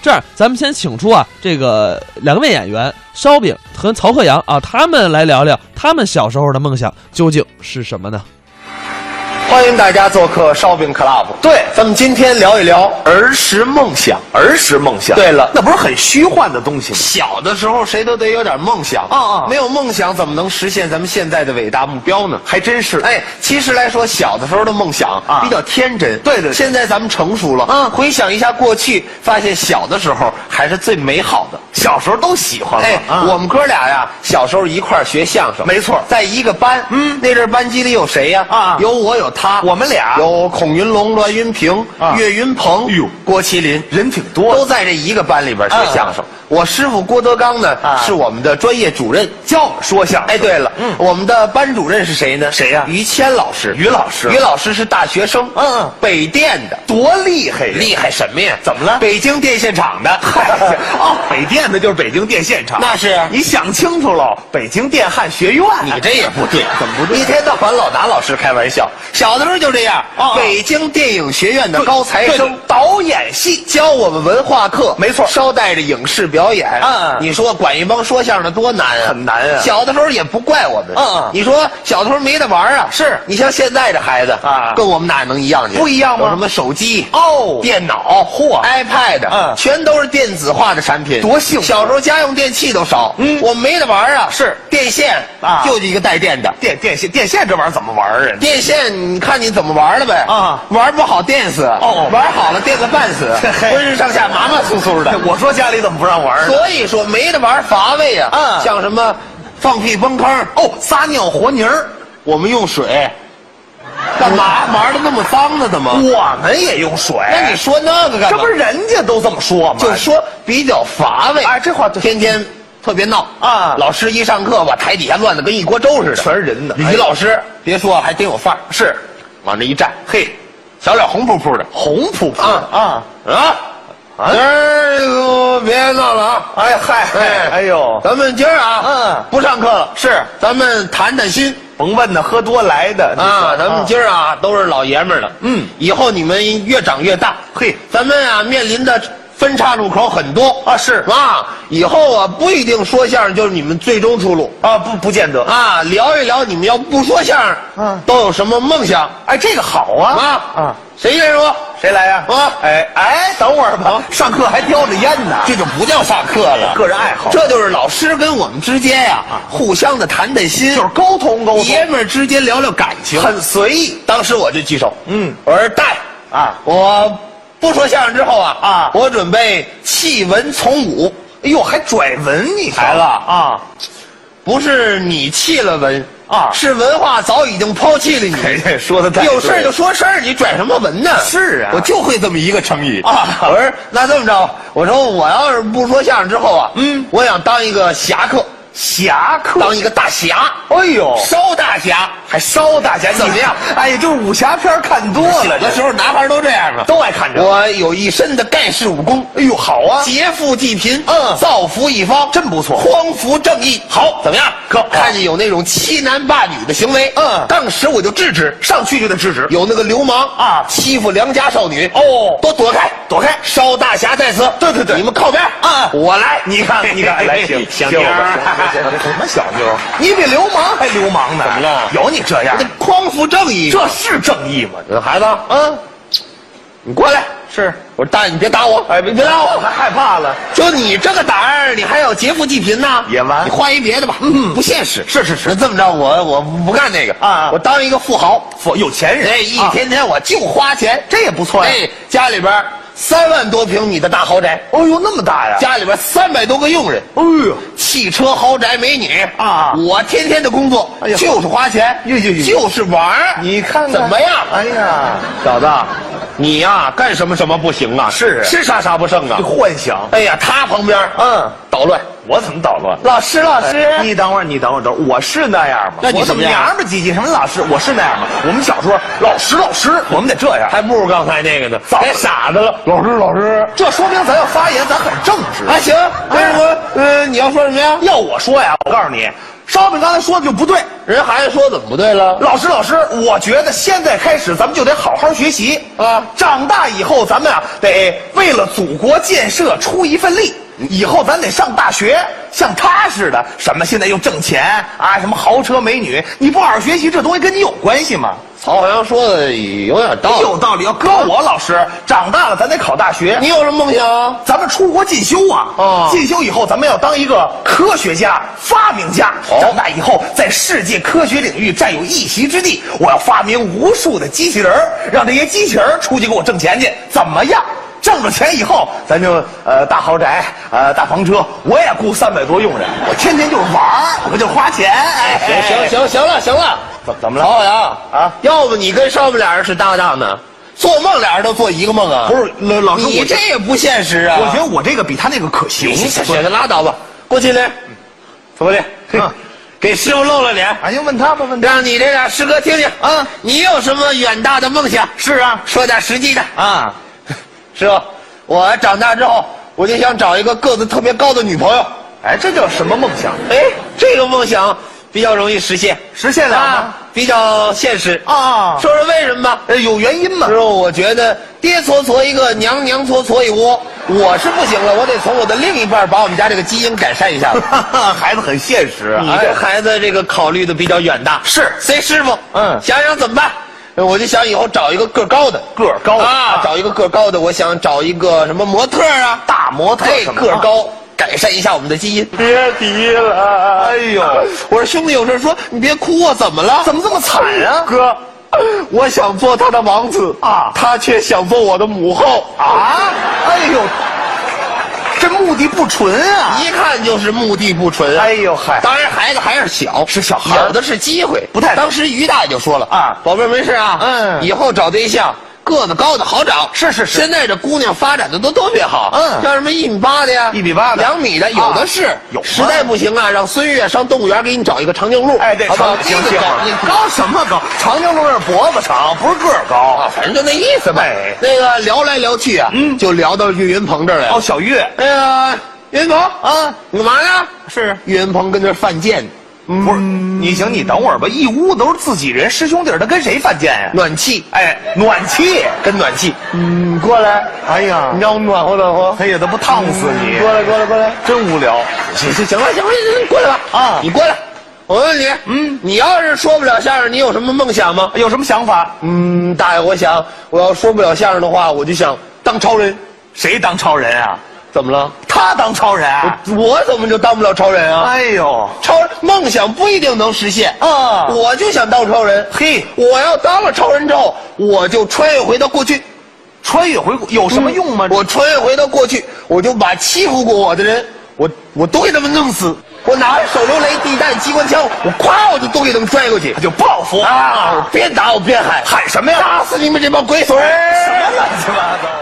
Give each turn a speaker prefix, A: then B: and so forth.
A: 这样，咱们先请出啊这个两位演员烧饼和曹鹤阳啊，他们来聊聊他们小时候的梦想究竟是什么呢？
B: 欢迎大家做客烧饼 club。
C: 对
B: 咱们今天聊一聊
C: 儿时梦想，儿时梦想。
B: 对了
C: 那不是很虚幻的东西吗？
B: 小的时候谁都得有点梦想
C: 啊啊
B: 没有梦想怎么能实现咱们现在的伟大目标呢？
C: 还真是。
B: 哎，其实来说，小的时候的梦想
C: 啊
B: 比较天真。
C: 对对对
B: 现在咱们成熟了，
C: 嗯
B: 回想一下过去，发现小的时候还是最美好的。
C: 小时候都喜欢了。
B: 哎，
C: 啊
B: 我们哥俩呀，小时候一块儿学相声，
C: 没错
B: 在一个班。
C: 嗯
B: 那阵儿班级里有谁呀？
C: 啊
B: 有我，有他，
C: 我们俩
B: 有孔云龙、栾云平、
C: 啊
B: 岳云鹏、
C: 哎呦
B: 郭麒麟，
C: 人挺多的
B: 都在这一个班里边学
C: 嗯
B: 相声。我师傅郭德纲呢
C: 啊，
B: 是我们的专业主任，
C: 教我说相声。
B: 哎，对了，嗯，我们的班主任是谁呢？
C: 谁呀
B: 于谦老师。
C: 于老师
B: 于老师是大学生，
C: 嗯嗯，
B: 北电的，
C: 多厉害呀！
B: 厉害什么呀？
C: 怎么了
B: 北京电线厂的，
C: 嗨哦，北电的就是北京电线厂，
B: 那是
C: 你想清楚喽，北京电焊学院。，
B: 你这也不对
C: 怎么不对？
B: 一天到晚老拿老师开玩笑，小的时候就这样。
C: 哦哦
B: 北京电影学院的高材
C: 对
B: 生
C: 对导演系，
B: 教我们文化课，
C: 没错
B: 捎带着影视表演。
C: 嗯嗯
B: 你说管一帮说相声的多难啊，
C: 很难啊
B: 小的时候也不怪我们，
C: 嗯嗯
B: 你说小的时候没得玩啊，
C: 是
B: 你像现在这孩子
C: 啊
B: 跟我们哪能一样去？
C: 不一样吗
B: 有什么手机、
C: 哦
B: 电脑、
C: 嚯
B: iPad，
C: 嗯
B: 全都是电子化的产品，
C: 多幸福
B: 小时候家用电器都少，
C: 嗯
B: 我们没得玩啊，
C: 是
B: 电线
C: 啊
B: 就一个带电的。
C: 电电线电线这玩意儿怎么玩儿啊？
B: 电线，你看你怎么玩了呗？
C: 啊
B: 玩不好电死，
C: 哦
B: 玩好了电个半死，
C: 嘿
B: 浑身上下麻麻酥酥的。
C: 我说家里怎么不让玩儿呢？
B: 所以说没得玩乏味呀、
C: 嗯
B: 像什么放屁崩坑哦，撒尿和泥儿，我们用水，干嘛玩的那么脏呢？怎么？
C: 我们也用水，
B: 那你说那个干嘛？
C: 这不是人家都这么说吗？
B: 就说比较乏味。
C: 哎这话对
B: 天天特别闹
C: 啊
B: 老师一上课吧，台底下乱的跟一锅粥似的，
C: 全是人呢哎
B: 于
C: 呦
B: 老师，别说还真有范儿，
C: 是
B: 往这一站，嘿，小脸红扑扑的，
C: 红扑扑的
B: 啊
C: 啊！
B: 啊啊！今儿个别闹了啊！
C: 哎嗨哎呦
B: 咱们今儿啊，
C: 嗯
B: 不上课了，
C: 是
B: 咱们谈谈心
C: 甭问呢，喝多来的
B: 啊。咱们今儿啊都是老爷们儿了，
C: 嗯
B: 以后你们越长越大，
C: 嘿，
B: 咱们啊面临的分岔路口很多
C: 啊是
B: 啊，以后啊不一定说相声就是你们最终出路
C: 啊不不见得，
B: 啊，聊一聊你们要不说相声，
C: 嗯
B: 都有什么梦想
C: 哎这个好啊
B: 啊？
C: 啊，
B: 谁先说？
C: 谁来呀？
B: 啊
C: 哎哎，等会儿吧，上课还叼着烟呢，
B: 这就不叫上课了，
C: 个人爱好啊
B: 这就是老师跟我们之间呀、互相的谈谈心，
C: 就是沟通沟
B: 爷
C: 通，
B: 们儿之间聊聊感情，
C: 哦很随意
B: 当时我就举手，
C: 嗯
B: 我说带
C: 啊
B: 我不说相声之后啊
C: 啊
B: 我准备弃文从武。
C: 哎呦，还拽文你瞧
B: 来了
C: 啊！
B: 不是你弃了文
C: 啊
B: 是文化早已经抛弃了你。
C: 哎这 说得太对
B: 有事儿就说事儿，你拽什么文呢？
C: 是啊
B: 我就会这么一个成语
C: 啊
B: 我说那这么着，我说我要是不说相声之后啊，
C: 嗯
B: 我想当一个侠客，
C: 侠客，
B: 当一个大侠，
C: 哎呦，
B: 烧大侠。
C: 还烧大侠
B: 怎么样？
C: 哎呀，就是武侠片看多
B: 小
C: 了，
B: 的时候男孩都这样啊。
C: 都爱看这。
B: 我有一身的盖世武功，
C: 哎呦，好啊！
B: 劫富济贫，
C: 嗯
B: 造福一方，
C: 真不错
B: 匡扶正义，好，怎么样？
C: 可
B: 看见有那种欺男霸女的行为，
C: 嗯
B: 当时我就制止。
C: 上去就得制止。
B: 有那个流氓
C: 啊
B: 欺负良家少女，
C: 哦
B: 都躲开，
C: 躲开
B: 烧大侠在此，
C: 对对对
B: 你们靠边，
C: 啊
B: 我来，
C: 你看， 你看，哎来行，
B: 小
C: 妞
B: 妞儿，
C: 什么小妞儿？你比流氓还流氓呢？
B: 怎么了
C: 有你这样
B: 这？匡扶正义，
C: 这是正义吗？
B: 这孩子，嗯，你过来，
C: 是。
B: 我说大爷，你别打我，
C: 哎，别别拉我，还害怕了。
B: 就你这个胆儿，你还要劫富济贫呢？
C: 也完
B: 你换一别的吧，嗯，不现实。
C: 是是是
B: 那这么着，我我不干那个
C: 啊
B: 我当一个富豪。
C: 富有钱人，啊
B: 哎，一天天我就花钱，
C: 这也不错呀
B: 哎，家里边三万多平米的大豪宅，
C: 哦呦，那么大呀！
B: 家里边三百多个佣人，
C: 哎呦，
B: 汽车、豪宅、美女
C: 啊
B: 我天天的工作
C: 哎呀
B: 就是花钱，
C: 呦呦呦
B: 就是玩儿
C: 你看看
B: 怎么样？
C: 哎呀，
B: 小子，你呀、干什么什么不行啊？
C: 是
B: 是啥啥不剩啊
C: 这？幻想，
B: 哎呀，他旁边
C: 嗯，
B: 捣乱。
C: 我怎么捣乱？
B: 老师，啊老
C: 哎你等会儿，你等会儿，等会儿，我是那样吗？
B: 那你
C: 我
B: 怎么样
C: 娘们儿唧唧什么老师？我是那样吗？我们小时候老师老师，我们得这样。
B: 还不如刚才那个呢，哎
C: 别
B: 傻子了。
C: 老师老师，哎这说明咱要发言，咱很正直。
B: 哎啊，行，为什么？嗯、呃，你要说什么呀？
C: 要我说呀，我告诉你，烧饼刚才说的就不对。
B: 人孩子说怎么不对了？
C: 老师，老师，我觉得现在开始咱们就得好好学习
B: 啊
C: 长大以后咱们啊得为了祖国建设出一份力。以后咱得上大学，像他似的，什么现在又挣钱啊，什么豪车美女，你不好好学习，这东西跟你有关系吗？
B: 曹海洋说的有点道理。
C: 有道理，要搁我老师，长大了咱得考大学，
B: 哦你有什么梦想啊？
C: 咱们出国进修啊！
B: 哦
C: 进修以后咱们要当一个科学家、发明家，
B: 哦
C: 长大以后在世界科学领域占有一席之地。我要发明无数的机器人儿，让这些机器人儿出去给我挣钱去，怎么样？挣了钱以后，咱就呃大豪宅，呃大房车，我也雇三百多佣 人，我天天就是玩儿，我就花钱。哎，
B: 行行
C: 行，
B: 行行了行了，
C: 怎怎么
B: 曹
C: 了？
B: 海洋
C: 啊
B: 要不你跟上面俩人是搭档呢，做梦俩人都做一个梦啊？
C: 不是老老师，
B: 你
C: 我
B: 这也不现实啊！
C: 我觉得我这个比他那个可行。
B: 你写的拉倒吧，过去来，怎么的？
C: 嗯
B: 给师傅露了脸，
C: 哎呀，问他吧，问他。
B: 让你这俩师哥听听
C: 啊！
B: 你有什么远大的梦想？
C: 是啊，
B: 说点实际的。
C: 啊，
B: 师傅，我长大之后，我就想找一个个子特别高的女朋友。
C: 哎，这叫什么梦想？
B: 哎，这个梦想比较容易实现，
C: 实现了
B: 啊
C: 吗？，
B: 比较现实。
C: 啊说
B: 说说为什么吧。
C: 呃有原因嘛
B: 师？傅，我觉得爹搓搓一个，娘娘搓搓一窝，我是不行了，我得从我的另一半把我们家这个基因改善一下 子。
C: 孩子很现实啊。
B: 你这孩子这个考虑的比较远大。
C: 是
B: 谁师傅？
C: 嗯
B: 想想怎么办？呃我就想以后找一个个高的，
C: 个儿高的
B: 啊，找一个个高的。我想找一个什么模特儿啊，
C: 大模特
B: 哎，
C: 什么
B: 个儿高，改善一下我们的基因。
C: 别提了，哎呦，
B: 我说兄弟有事说，你别哭啊，怎么了？
C: 怎么这么惨啊？
B: 哥， 我想做他的王子
C: 啊
B: 他却想做我的母后。
C: 啊，哎呦，这目的不纯啊！
B: 一看就是目的不纯啊！
C: 哎呦嗨
B: 当然孩子还是小，
C: 是小孩儿
B: 有的是机会，
C: 不太
B: 当时于大爷就说了
C: 啊
B: 宝贝儿没事啊，
C: 嗯
B: 以后找对象。个子高的好找，
C: 是是是
B: 现在这姑娘发展的都特别好，
C: 嗯
B: 像什么一米八的呀，
C: 一米八的啊
B: 两米的有的是。
C: 有吗
B: 实在不行啊，让孙越上动物园给你找一个长颈鹿，
C: 哎，对，
B: 好不好？
C: 行
B: 这
C: 行
B: 个高，你
C: 行，
B: 高，
C: 高什么高？长颈鹿是脖子长，不是个儿高。
B: 反正就那意思吧
C: 哎。
B: 那个聊来聊去啊，
C: 嗯
B: 就聊到岳云鹏这儿来
C: 哦，
B: 了。
C: 小月
B: 那个岳云鹏
C: 啊，
B: 你干嘛呢？
C: 是
B: 岳云鹏跟那儿犯贱，
C: 嗯不是？你行，你等会儿吧，一屋都是自己人，师兄弟儿，他跟谁犯贱呀？
B: 暖气
C: 哎，暖气，
B: 跟暖气，嗯，过来，
C: 哎呀嗯
B: 你让我暖和暖和。
C: 哎呀，这不烫死你！
B: 过来，过来，过来。
C: 真无聊。
B: 行行行了，行了，你过来吧。
C: 啊
B: 你过来。我问你，
C: 嗯，
B: 你要是说不了相声，你有什么梦想吗？
C: 有什么想法？
B: 嗯，大爷，我想我要说不了相声的话，我就想当超人。
C: 谁当超人啊？
B: 怎么了？
C: 他当超人啊？
B: 我怎么就当不了超人啊？
C: 哎呦，
B: 超人梦想不一定能实现
C: 啊
B: 我就想当超人。
C: 嘿，
B: 我要当了超人之后，我就穿越回到过去。
C: 穿越回古有什么用吗？
B: 我穿越回到过去，我就把欺负过我的人，我我都给他们弄死。我拿着手榴雷、地弹、机关枪，我咵我就都给他们拽过去
C: 他。就报复
B: 啊！我！边打我边喊
C: 喊什么呀
B: 打死你们这帮鬼孙儿！
C: 什么乱七八糟的！